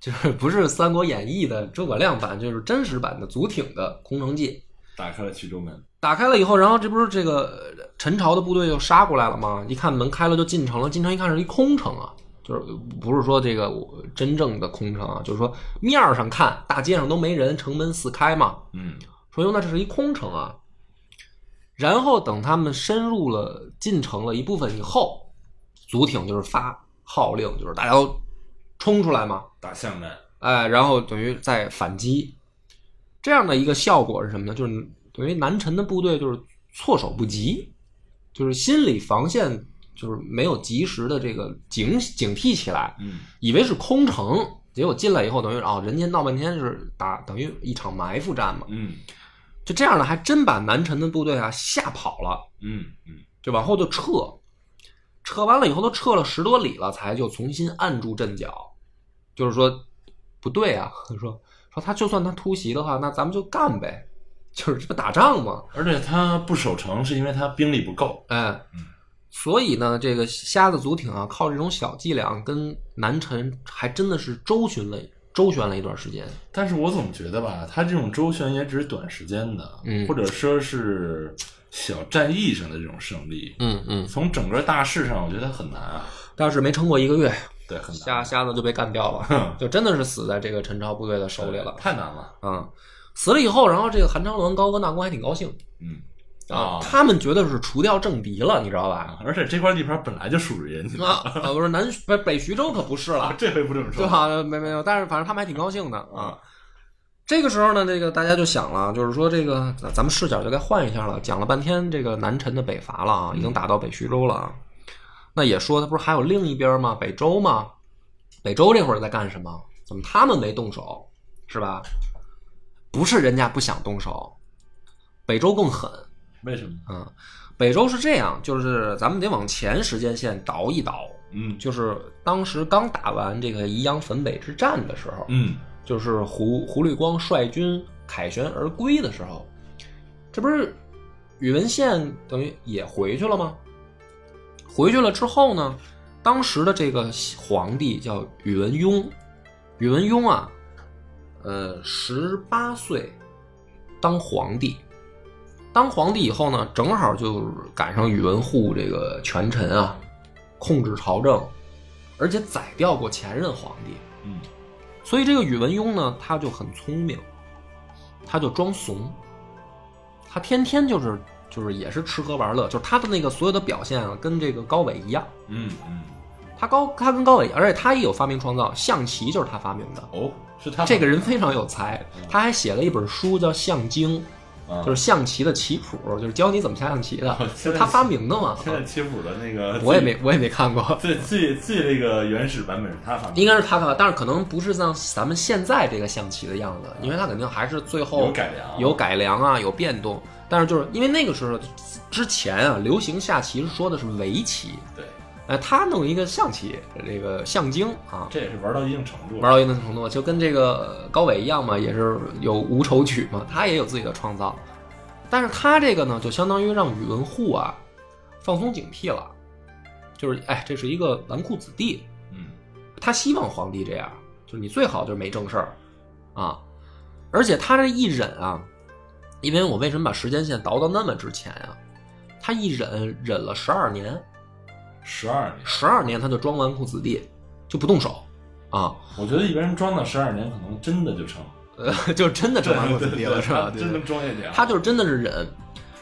Speaker 1: 就是不是《三国演义》的诸葛亮版，就是真实版的祖挺的《空城计》。
Speaker 2: 打开了衢州门，
Speaker 1: 打开了以后，然后这不是这个呃陈朝的部队又杀过来了吗？一看门开了就进城了，进城一看是一空城啊，就是不是说这个我真正的空城啊，就是说面儿上看大街上都没人，城门四开嘛，
Speaker 2: 嗯，
Speaker 1: 说哟那这是一空城啊。然后等他们深入了进城了一部分以后，祖挺就是发号令，就是大家都冲出来嘛，
Speaker 2: 打巷战，
Speaker 1: 哎，然后等于再反击，这样的一个效果是什么呢？就是等于南陈的部队就是措手不及，就是心理防线就是没有及时的这个警警惕起来，
Speaker 2: 嗯，
Speaker 1: 以为是空城，结果进来以后等于哦，人家闹半天是打等于一场埋伏战嘛，
Speaker 2: 嗯，
Speaker 1: 就这样呢，还真把南陈的部队啊吓跑了。
Speaker 2: 嗯，嗯，
Speaker 1: 就往后就撤，撤完了以后都撤了十多里了，才就重新按住阵脚，就是说不对啊，说说他就算他突袭的话，那咱们就干呗，就是这不打仗嘛，
Speaker 2: 而且他不守城是因为他兵力不够，
Speaker 1: 哎
Speaker 2: 嗯，
Speaker 1: 所以呢，这个瞎子祖挺啊，靠这种小伎俩跟南陈还真的是周旋了周旋了一段时间，
Speaker 2: 但是我总觉得吧，他这种周旋也只是短时间的，
Speaker 1: 嗯
Speaker 2: 或者说是小战役上的这种胜利，
Speaker 1: 嗯嗯，
Speaker 2: 从整个大势上，我觉得很难啊，
Speaker 1: 但是没撑过一个月，
Speaker 2: 对，很难，
Speaker 1: 瞎瞎子就被干掉了，就真的是死在这个陈朝部队的手里了，
Speaker 2: 太难了，
Speaker 1: 嗯，死了以后，然后这个韩昌伦、高歌纳公还挺高兴。
Speaker 2: 嗯，
Speaker 1: 啊
Speaker 2: 啊，
Speaker 1: 他们觉得是除掉政敌了，你知道吧？
Speaker 2: 而且这块地盘本来就属于人 家，
Speaker 1: 啊，啊不是南不北徐州可啊不是了，
Speaker 2: 这回不这么说，
Speaker 1: 对吧？没没有，但是反正他们还挺高兴的啊。这个时候呢，这个大家就想了，就是说这个咱咱们视角就该换一下了。讲了半天这个南陈的北伐了啊，已经打到北徐州了啊。那也说他不是还有另一边吗？北周吗？北周这会儿在干什么？怎么他们没动手，是吧？不是人家不想动手，北周更狠，
Speaker 2: 为什么？
Speaker 1: 啊，北周是这样，就是咱们得往前时间线倒一倒，
Speaker 2: 嗯
Speaker 1: 就是当时刚打完这个宜阳汾北之战的时候，
Speaker 2: 嗯
Speaker 1: 就是胡胡律光率军凯旋而归的时候，这不是宇文宪等于也回去了吗？回去了之后呢，当时的这个皇帝叫宇文邕，宇文邕啊，呃，十八岁当皇帝。当皇帝以后呢，正好就赶上宇文护这个权臣啊，控制朝政，而且宰掉过前任皇帝。
Speaker 2: 嗯
Speaker 1: 所以这个宇文邕呢，他就很聪明，他就装怂，他天天就是就是也是吃喝玩乐，就是他的那个所有的表现啊，跟这个高伟一样。
Speaker 2: 嗯嗯，
Speaker 1: 他高他跟高伟，而且他也有发明创造，象棋就是他发明的。
Speaker 2: 哦，是他
Speaker 1: 这个人非常有才，他还写了一本书叫《象经》，
Speaker 2: 啊
Speaker 1: 就是象棋的棋谱，就是教你怎么下象棋的， 就
Speaker 2: 现在
Speaker 1: 是他发明的嘛。
Speaker 2: 现在切普的那个，
Speaker 1: 我也没我也没看过，
Speaker 2: 最最最那个原始版本是他发明
Speaker 1: 应该是他看，但是可能不是像咱们现在这个象棋的样子，因为他肯定还是最
Speaker 2: 的，
Speaker 1: 后
Speaker 2: 有改良，
Speaker 1: 有改良啊，有变动。但是就是因为那个时候之前啊，流行下棋是说的是围棋，
Speaker 2: 对，
Speaker 1: 呃，他弄一个象棋，这个象精啊，
Speaker 2: 这也是玩到一定程度，
Speaker 1: 玩到一定程度，就跟这个呃高伟一样嘛，也是有无愁曲嘛，他也有自己的创造。但是他这个呢，就相当于让宇文护啊放松警惕了，就是哎，这是一个纨绔子弟，
Speaker 2: 嗯
Speaker 1: 他希望皇帝这样，就是你最好就是没正事儿啊。而且他这一忍啊，因为我为什么把时间线倒到那么之前啊？他一忍忍了十二年，
Speaker 2: 十二年，
Speaker 1: 十二年他就装纨绔子弟，就不动手啊，
Speaker 2: 我觉得一般人装到十二年，可能真的就成
Speaker 1: 呃，就真的
Speaker 2: 对
Speaker 1: 装纨绔子弟了，
Speaker 2: 对
Speaker 1: 是吧？对
Speaker 2: 真
Speaker 1: 对
Speaker 2: 能装下去啊，
Speaker 1: 他就是真的是忍，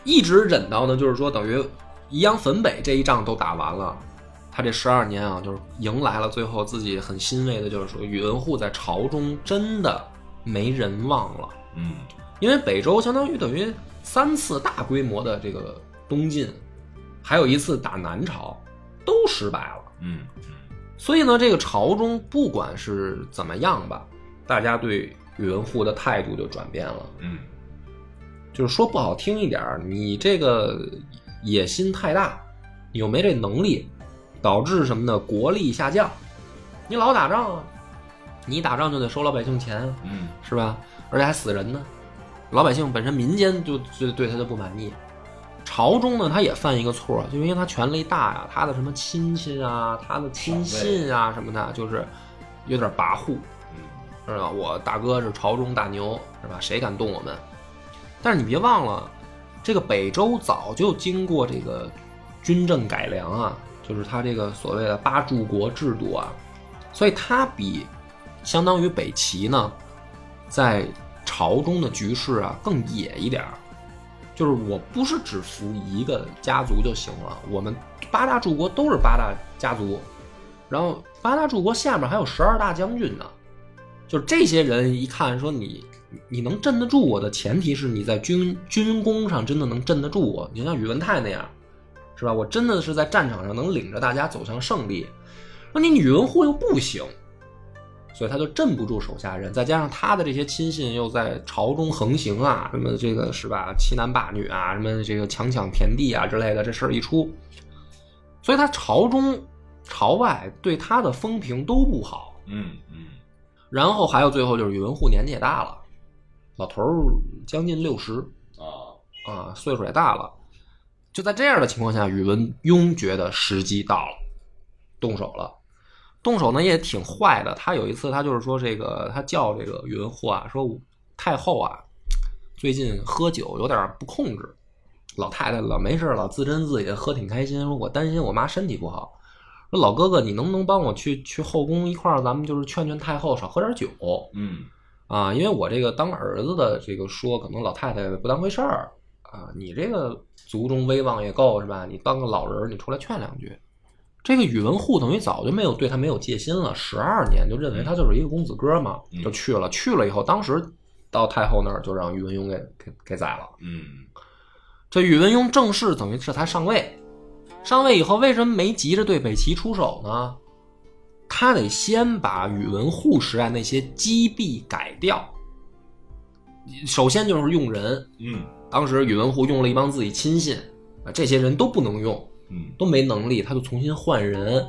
Speaker 1: 一直忍到呢，就是说等于宜阳汾北这一仗都打完了，他这十二年啊，就是迎来了最后自己很欣慰的，就是说宇文护在朝中真的没人望了，
Speaker 2: 嗯
Speaker 1: 因为北周相当于等于三次大规模的这个东进，还有一次打南朝，都失败了。
Speaker 2: 嗯
Speaker 1: 所以呢，这个朝中不管是怎么样吧，大家对宇文护的态度就转变了。
Speaker 2: 嗯
Speaker 1: 就是说不好听一点儿，你这个野心太大，有没这能力，导致什么呢？国力下降，你老打仗啊，你打仗就得收老百姓钱啊，
Speaker 2: 嗯
Speaker 1: 是吧？而且还死人呢，老百姓本身民间就就对他的不满意。朝中呢，他也犯一个错，就因为他权力大呀，他的什么亲戚啊，他的亲信啊什么的，就是有点跋扈，
Speaker 2: 嗯
Speaker 1: 知道吧我大哥是朝中大牛，是吧？谁敢动我们？但是你别忘了，这个北周早就经过这个军政改良啊，就是他这个所谓的八柱国制度啊，所以它比相当于北齐呢，在朝中的局势啊更野一点儿。就是我不是只服一个家族就行了，我们八大柱国都是八大家族，然后八大柱国下面还有十二大将军呢，就这些人一看说你你你能镇得住我的前提是你在军军功上真的能镇得住我，你像宇文泰那样，是吧？我真的是在战场上能领着大家走向胜利，那你宇文护又不行，所以他就镇不住手下人，再加上他的这些亲信又在朝中横行啊，什么这个是吧，欺男霸女啊，什么这个强抢田地啊之类的，这事儿一出，所以他朝中朝外对他的风评都不好。
Speaker 2: 嗯嗯，
Speaker 1: 然后还有最后就是宇文护年纪也大了，老头儿将近六十
Speaker 2: 啊，
Speaker 1: 啊，岁数也大了。就在这样的情况下，宇文邕觉得时机到了，动手了。动手呢也挺坏的，他有一次他就是说这个，他叫这个宇文护啊，说太后啊，最近喝酒有点不控制，老太太老没事儿老自斟自饮，喝挺开心。说我担心我妈身体不好，说老哥哥你能不能帮我去去后宫一块儿，咱们就是劝劝太后少喝点酒。
Speaker 2: 嗯
Speaker 1: 啊，因为我这个当儿子的这个说，可能老太太不当回事儿啊。你这个族中威望也够是吧？你当个老人儿，你出来劝两句。这个宇文护等于早就没有对他没有戒心了，十二年就认为他就是一个公子哥嘛，
Speaker 2: 嗯
Speaker 1: 就去了。去了以后，当时到太后那儿就让宇文邕给给给宰了。
Speaker 2: 嗯
Speaker 1: 这宇文邕正式等于是他上位，上位以后为什么没急着对北齐出手呢？他得先把宇文护时啊代那些积弊改掉。首先就是用人，
Speaker 2: 嗯
Speaker 1: 当时宇文护用了一帮自己亲信，啊，这些人都不能用，
Speaker 2: 嗯
Speaker 1: 都没能力，他就重新换人。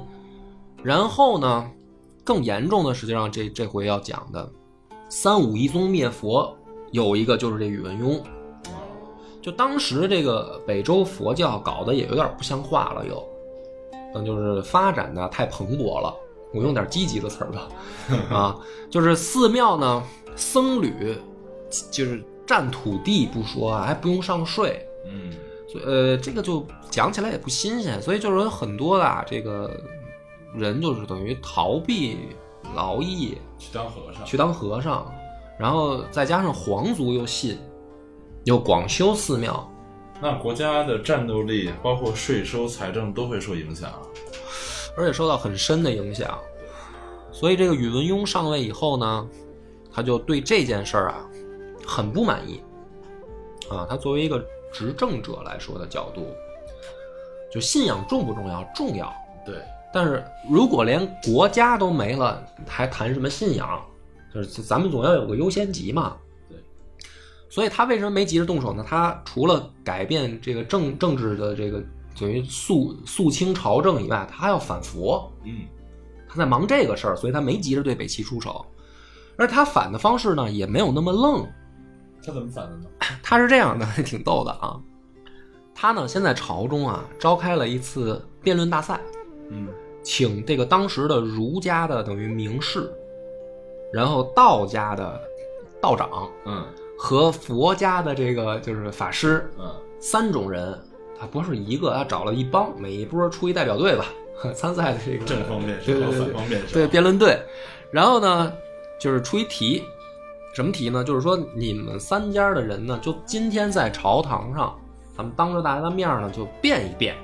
Speaker 1: 然后呢，更严重的实际上这这回要讲的三武一宗灭佛，有一个就是这宇文邕。就当时这个北周佛教搞得也有点不像话了，又，嗯，就是发展的太蓬勃了。我用点积极的词儿吧，啊，就是寺庙呢，僧侣就是占土地不说啊，还不用上税，
Speaker 2: 嗯
Speaker 1: 所以呃，这个就讲起来也不新鲜，所以就是有很多的啊这个人就是等于逃避劳役
Speaker 2: 去当和尚，
Speaker 1: 去当和尚，然后再加上皇族又信，又广修寺庙，
Speaker 2: 那国家的战斗力，包括税收、财政都会受影响啊。
Speaker 1: 而且受到很深的影响。所以这个宇文邕上位以后呢，他就对这件事儿啊很不满意。啊，他作为一个执政者来说的角度，就信仰重不重要？重要。
Speaker 2: 对，
Speaker 1: 但是如果连国家都没了，还谈什么信仰？就是咱们总要有个优先级嘛。
Speaker 2: 对。
Speaker 1: 所以他为什么没急着动手呢？他除了改变这个政政治的这个等于肃肃清朝政以外，他还要反佛，
Speaker 2: 嗯
Speaker 1: 他在忙这个事儿，所以他没急着对北齐出手。而他反的方式呢，也没有那么愣，
Speaker 2: 他怎么反的呢？
Speaker 1: 他是这样的，挺逗的啊。他呢，先在朝中啊召开了一次辩论大赛，
Speaker 2: 嗯
Speaker 1: 请这个当时的儒家的等于名士，然后道家的道长
Speaker 2: 嗯
Speaker 1: 和佛家的这个就是法师
Speaker 2: 嗯
Speaker 1: 三种人，他不是一个，他找了一帮，每一波出一代表队吧， 参赛的这个
Speaker 2: 正方辩手
Speaker 1: 对对
Speaker 2: 和
Speaker 1: 对
Speaker 2: 反方辩手
Speaker 1: 对辩论队，然后呢就是出一题，什么题呢？就是说你们三家的人呢，就今天在朝堂上，咱们当着大家的面呢就辩一辩，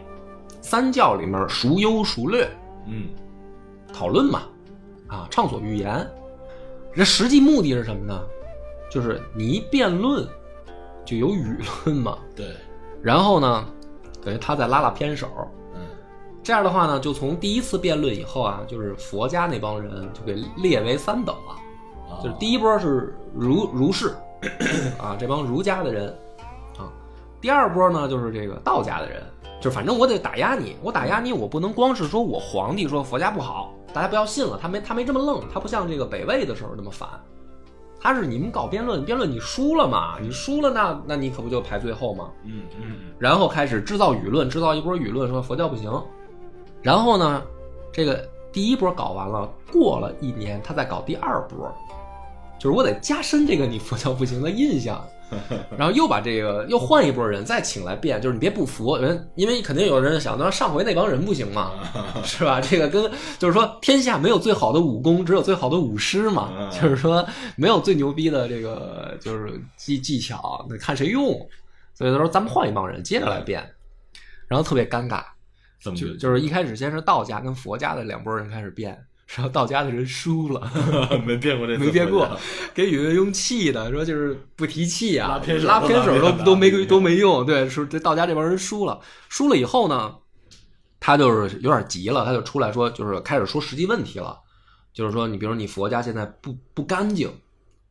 Speaker 1: 三教里面孰优孰劣。
Speaker 2: 嗯
Speaker 1: 讨论嘛，啊，畅所欲言。这实际目的是什么呢？就是你一辩论就有舆论嘛，
Speaker 2: 对，
Speaker 1: 然后呢，等于他在拉拉偏手。
Speaker 2: 嗯
Speaker 1: 这样的话呢，就从第一次辩论以后啊，就是佛家那帮人就给列为三等了。
Speaker 2: 啊
Speaker 1: 就是第一波是儒儒士啊，这帮儒家的人啊，第二波呢就是这个道家的人，就是反正我得打压你，我打压你，我不能光是说我皇帝说佛家不好，大家不要信了，他没他没这么愣，他不像这个北魏的时候那么反，他是你们搞辩论，辩论你输了嘛，你输了那那你可不就排最后吗？
Speaker 2: 嗯嗯
Speaker 1: 然后开始制造舆论，制造一波舆论说佛教不行。然后呢，这个第一波搞完了，过了一年，他再搞第二波，就是我得加深这个你佛教不行的印象。然后又把这个又换一波人再请来辩，就是你别不服人，因为肯定有人想，那上回那帮人不行嘛，是吧？这个跟就是说天下没有最好的武功，只有最好的舞狮嘛，
Speaker 2: 嗯
Speaker 1: 就是说没有最牛逼的这个就是技技巧，那看谁用。所以他说咱们换一帮人接着来辩，然后特别尴尬，
Speaker 2: 怎么
Speaker 1: 就就是一开始先是道家跟佛家的两拨人开始辩，然后道家的人输了，
Speaker 2: 没变过这次
Speaker 1: 没辩过
Speaker 2: 回答，
Speaker 1: 给宇文邕气的，说就是不提气啊，
Speaker 2: 拉偏手
Speaker 1: 拉偏手
Speaker 2: 都拉
Speaker 1: 都
Speaker 2: 不
Speaker 1: 都没
Speaker 2: 打你
Speaker 1: 都没用，对，说这道家这帮人输了，输了以后呢，他就是有点急了，他就出来说，就是开始说实际问题了，就是说你比如你佛家现在不不干净，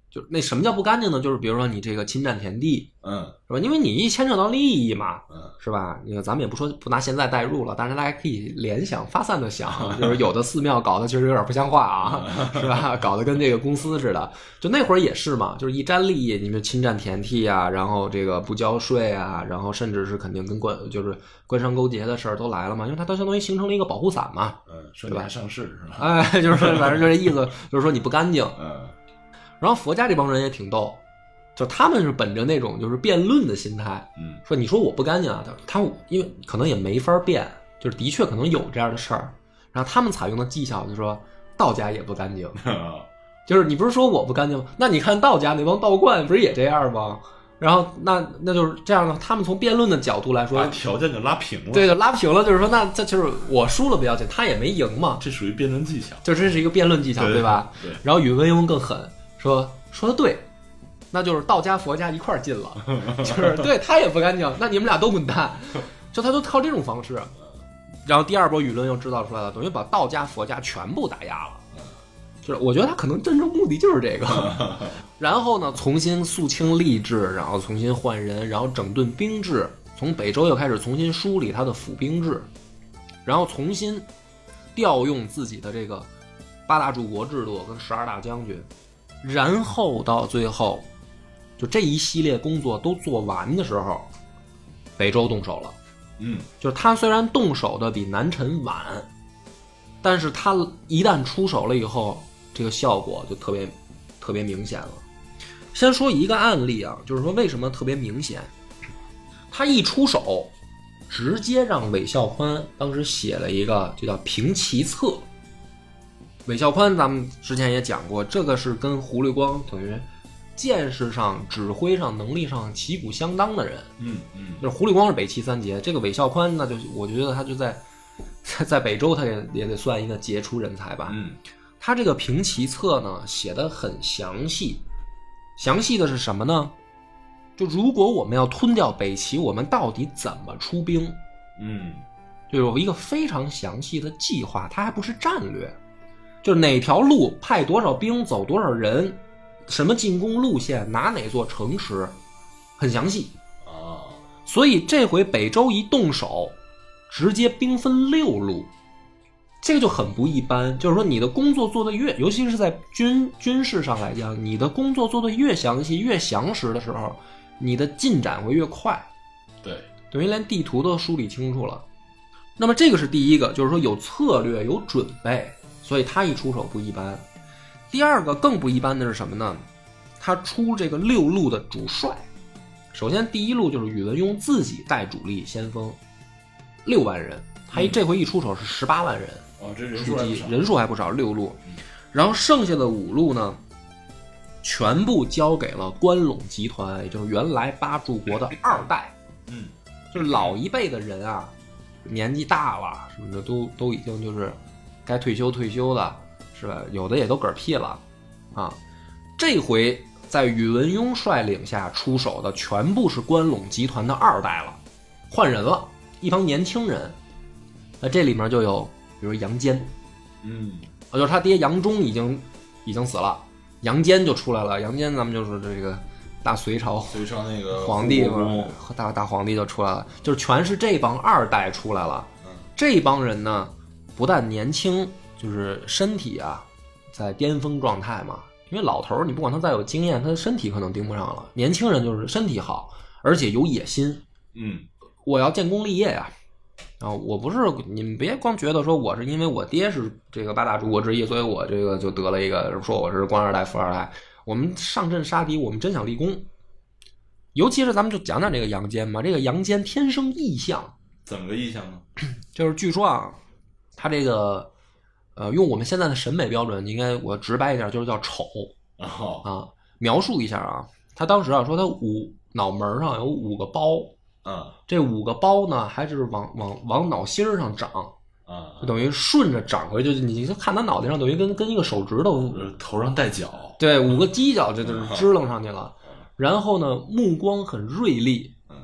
Speaker 1: 就是那什么叫不干净呢？就是比如说你这个侵占田地
Speaker 2: 嗯
Speaker 1: 是吧？因为你一牵扯到利益嘛，
Speaker 2: 嗯
Speaker 1: 是吧？那个咱们也不说不拿现在代入了，但是大家可以联想、发散的想，就是有的寺庙搞得确实有点不像话啊，是吧？搞得跟这个公司似的。就那会儿也是嘛，就是一沾利益，你们侵占田地啊，然后这个不交税啊，然后甚至是肯定跟官就是官商勾结的事儿都来了嘛，因为它都相当于形成了一个保护伞嘛。
Speaker 2: 嗯，说你还上市是吧？
Speaker 1: 哎，就是反正就这意思，就是说你不干净。
Speaker 2: 嗯
Speaker 1: 然后佛家这帮人也挺逗，就他们是本着那种就是辩论的心态，
Speaker 2: 嗯
Speaker 1: 说你说我不干净啊，他他因为可能也没法变，就是的确可能有这样的事儿。然后他们采用的技巧就是说道家也不干净，就是你不是说我不干净吗？那你看道家那帮道观不是也这样吗？然后那那就是这样的，他们从辩论的角度来
Speaker 2: 把
Speaker 1: 说，
Speaker 2: 条件就拉平了。
Speaker 1: 对，就拉平了，就是说那这就是我输了不要紧，他也没赢嘛，
Speaker 2: 这属于辩论技巧，
Speaker 1: 就这是一个辩论技巧，对吧？？
Speaker 2: 对，
Speaker 1: 然后宇文邕更狠，说说的对，那就是道家佛家一块儿进了，就是对他也不干净，那你们俩都滚蛋，就他都靠这种方式。然后第二波舆论又制造出来了，等于把道家佛家全部打压了。就是我觉得他可能真正目的就是这个，然后呢，重新肃清吏治，然后重新换人，然后整顿兵制，从北周又开始重新梳理他的府兵制，然后重新调用自己的这个八大柱国制度跟十二大将军，然后到最后，就这一系列工作都做完的时候，北周动手了。
Speaker 2: 嗯
Speaker 1: 就是他虽然动手的比南陈晚，但是他一旦出手了以后，这个效果就特别特别明显了。先说一个案例啊，就是说为什么特别明显，他一出手，直接让韦孝宽当时写了一个就叫《平齐策》。韦孝宽，咱们之前也讲过，这个是跟胡律光等于见识上、指挥上、能力上旗鼓相当的人。
Speaker 2: 嗯嗯
Speaker 1: 就是胡律光是北齐三杰，这个韦孝宽那就是我觉得他就在在在北周，他也也得算一个杰出人才吧。
Speaker 2: 嗯
Speaker 1: 他这个《平齐策》呢写的很详细，详细的是什么呢？就如果我们要吞掉北齐，我们到底怎么出兵？
Speaker 2: 嗯
Speaker 1: 就有一个非常详细的计划，它还不是战略，就是哪条路派多少兵，走多少人，什么进攻路线，拿哪座城池，很详细。
Speaker 2: 啊，
Speaker 1: 所以这回北周一动手，直接兵分六路，这个就很不一般。就是说，你的工作做得越，尤其是在军军事上来讲，你的工作做得越详细、越详实的时候，你的进展会越快，
Speaker 2: 对，
Speaker 1: 等于连地图都梳理清楚了。那么这个是第一个，就是说有策略、有准备，所以他一出手不一般。第二个更不一般的是什么呢？他出这个六路的主帅。首先，第一路就是宇文邕自己带主力先锋，六万人，他一
Speaker 2: 嗯
Speaker 1: 这回一出手是十八万人，
Speaker 2: 哦，这人
Speaker 1: 数
Speaker 2: 数还不
Speaker 1: 计
Speaker 2: 少，
Speaker 1: 人数还不少，六路
Speaker 2: 嗯。
Speaker 1: 然后剩下的五路呢，全部交给了关陇集团，也就是原来八柱国的二代。
Speaker 2: 嗯
Speaker 1: 就是老一辈的人啊，年纪大了什么的，都都已经就是该退休退休了，是吧？有的也都嗝屁了啊。这回在宇文邕率领下出手的，全部是关陇集团的二代了，换人了，一帮年轻人。那这里面就有，比如杨坚，
Speaker 2: 嗯
Speaker 1: 啊，就是他爹杨忠已经已经死了，杨坚就出来了。杨坚咱们就是这个大隋朝
Speaker 2: 隋朝那个
Speaker 1: 皇帝
Speaker 2: 护
Speaker 1: 嘛
Speaker 2: 国，
Speaker 1: 大大皇帝就出来了，就是全是这帮二代出来了。
Speaker 2: 嗯
Speaker 1: 这帮人呢，不但年轻，就是身体啊，在巅峰状态嘛，因为老头儿，你不管他再有经验，他的身体可能盯不上了。年轻人就是身体好，而且有野心，
Speaker 2: 嗯
Speaker 1: 我要建功立业呀、啊！我不是你们别光觉得说我是因为我爹是这个八大诸国之一，所以我这个就得了一个说我是官二代、富二代。我们上阵杀敌，我们真想立功。尤其是咱们就讲讲这个杨坚吧，这个杨坚天生异象，
Speaker 2: 怎么个意向呢？
Speaker 1: 就是据说啊，他这个呃，用我们现在的审美标准，应该我直白一点，就是叫丑
Speaker 2: 哦
Speaker 1: 啊。描述一下啊，他当时啊说他五脑门上有五个包，
Speaker 2: 啊
Speaker 1: 这五个包呢还是往往往脑心儿上长，
Speaker 2: 啊
Speaker 1: 就，等于顺着长回去，就你就看他脑袋上等于跟跟一个手指头，
Speaker 2: 呃头上带角，
Speaker 1: 对，五个犄角这
Speaker 2: 嗯
Speaker 1: 就是支棱上去了。然后呢，目光很锐利
Speaker 2: 嗯，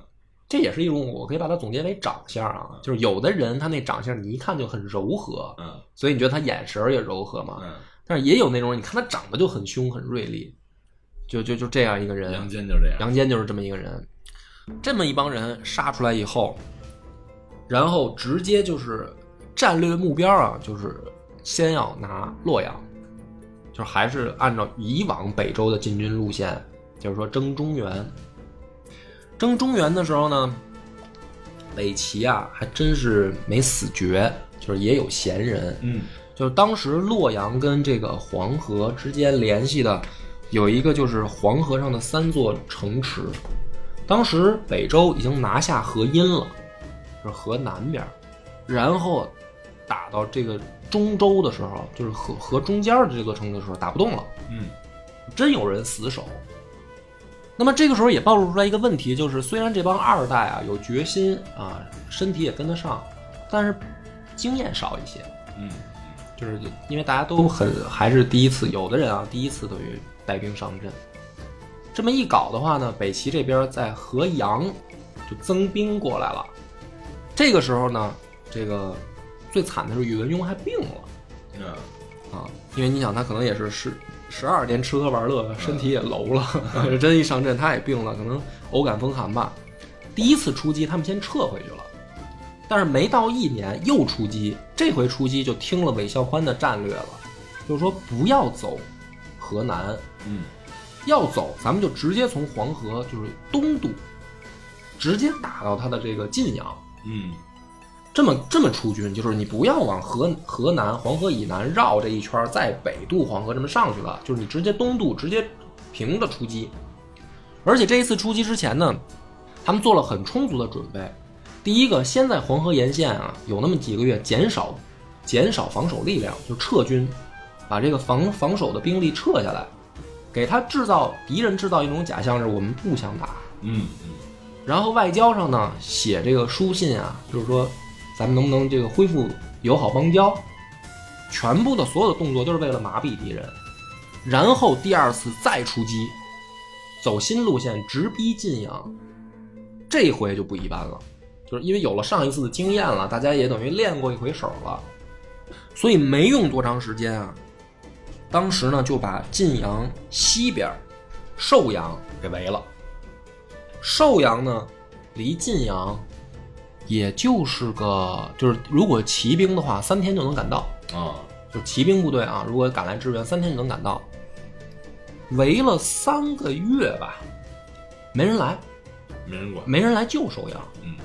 Speaker 1: 这也是一种我可以把它总结为长相啊，就是有的人他那长相你一看就很柔和，
Speaker 2: 嗯
Speaker 1: 所以你觉得他眼神儿也柔和嘛？
Speaker 2: 嗯，
Speaker 1: 但是也有那种人，你看他长得就很凶很锐利，就就就这样一个人。
Speaker 2: 杨坚就这样，
Speaker 1: 杨坚就是这么一个人，这么一帮人杀出来以后，然后直接就是战略目标啊，就是先要拿洛阳，就是还是按照以往北周的进军路线，就是说征中原。征中原的时候呢，北齐啊还真是没死绝，就是也有闲人，
Speaker 2: 嗯
Speaker 1: 就是当时洛阳跟这个黄河之间联系的，有一个就是黄河上的三座城池。当时北周已经拿下河阴了，就是河南边儿，然后打到这个中州的时候，就是河河中间的这座城的时候，打不动了，
Speaker 2: 嗯
Speaker 1: 真有人死守。那么这个时候也暴露出来一个问题，就是虽然这帮二代啊有决心啊，身体也跟得上，但是经验少一些。
Speaker 2: 嗯
Speaker 1: 就是因为大家都很还是第一次，有的人啊第一次等于带兵上阵，这么一搞的话呢，北齐这边在河阳就增兵过来了。这个时候呢，这个最惨的是宇文邕还病了
Speaker 2: 嗯
Speaker 1: 啊，因为你想他可能也是十十二年吃喝玩乐，身体也楼了， 真一上阵他也病了，可能偶感风寒吧。第一次出击，他们先撤回去了。但是没到一年又出击，这回出击就听了韦孝宽的战略了，就是说不要走河南，
Speaker 2: 嗯
Speaker 1: 要走咱们就直接从黄河就是东渡，直接打到他的这个晋阳，
Speaker 2: 嗯
Speaker 1: 这么这么出军，就是你不要往河河南黄河以南绕这一圈儿，再北渡黄河这么上去了，就是你直接东渡，直接平着出击。而且这一次出击之前呢，他们做了很充足的准备。第一个，先在黄河沿线啊，有那么几个月减少减少防守力量，就撤军，把这个防防守的兵力撤下来，给他制造敌人制造一种假象是我们不想打，
Speaker 2: 嗯
Speaker 1: 然后外交上呢写这个书信啊，就是说咱们能不能这个恢复友好邦交，全部的所有的动作都是为了麻痹敌人，然后第二次再出击，走新路线直逼晋阳，这回就不一般了，就是因为有了上一次的经验了，大家也等于练过一回手了，所以没用多长时间啊，当时呢就把晋阳西边儿寿阳给围了。寿阳呢，离晋阳也就是个，就是如果骑兵的话，三天就能赶到。
Speaker 2: 啊
Speaker 1: 就是骑兵部队啊，如果赶来支援，三天就能赶到。围了三个月吧，没人来，
Speaker 2: 没人管，
Speaker 1: 没人来救寿阳。
Speaker 2: 嗯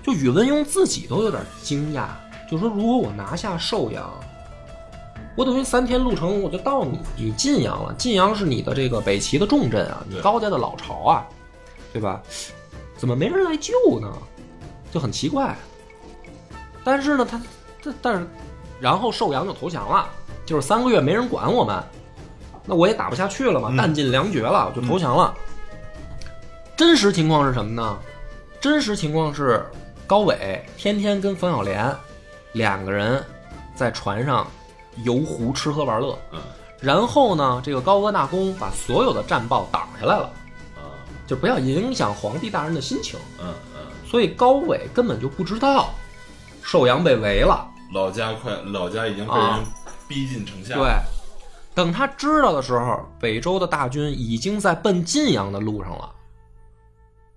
Speaker 1: 就宇文邕自己都有点惊讶，就说如果我拿下寿阳，我等于三天路程我就到你你晋阳了。晋阳是你的这个北齐的重镇啊，你
Speaker 2: 对
Speaker 1: 高家的老巢啊，对吧？怎么没人来救呢？就很奇怪。但是呢，他他但是，然后寿阳就投降了，就是三个月没人管我们，那我也打不下去了嘛，
Speaker 2: 嗯
Speaker 1: 弹尽粮绝了，我就投降了。真实情况是什么呢？真实情况是，高伟天天跟冯小莲两个人在船上游湖吃喝玩乐，
Speaker 2: 嗯
Speaker 1: 然后呢，这个高阿纳公把所有的战报挡下来了，
Speaker 2: 啊
Speaker 1: 就不要影响皇帝大人的心情。
Speaker 2: 嗯嗯，
Speaker 1: 所以高伟根本就不知道寿阳被围了。
Speaker 2: 老家快老家已经被
Speaker 1: 啊
Speaker 2: 人逼近城下，
Speaker 1: 对，等他知道的时候，北周的大军已经在奔晋阳的路上了。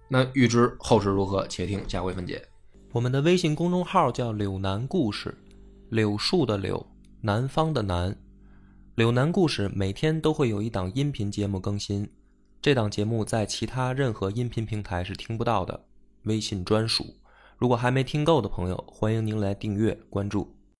Speaker 1: 那欲知后事如何，且听下回分解。我们的微信公众号叫“柳南故事”，柳树的柳，南方的南。柳南故事每天都会有一档音频节目更新，这档节目在其他任何音频平台是听不到的，微信专属。如果还没听够的朋友，欢迎您来订阅关注。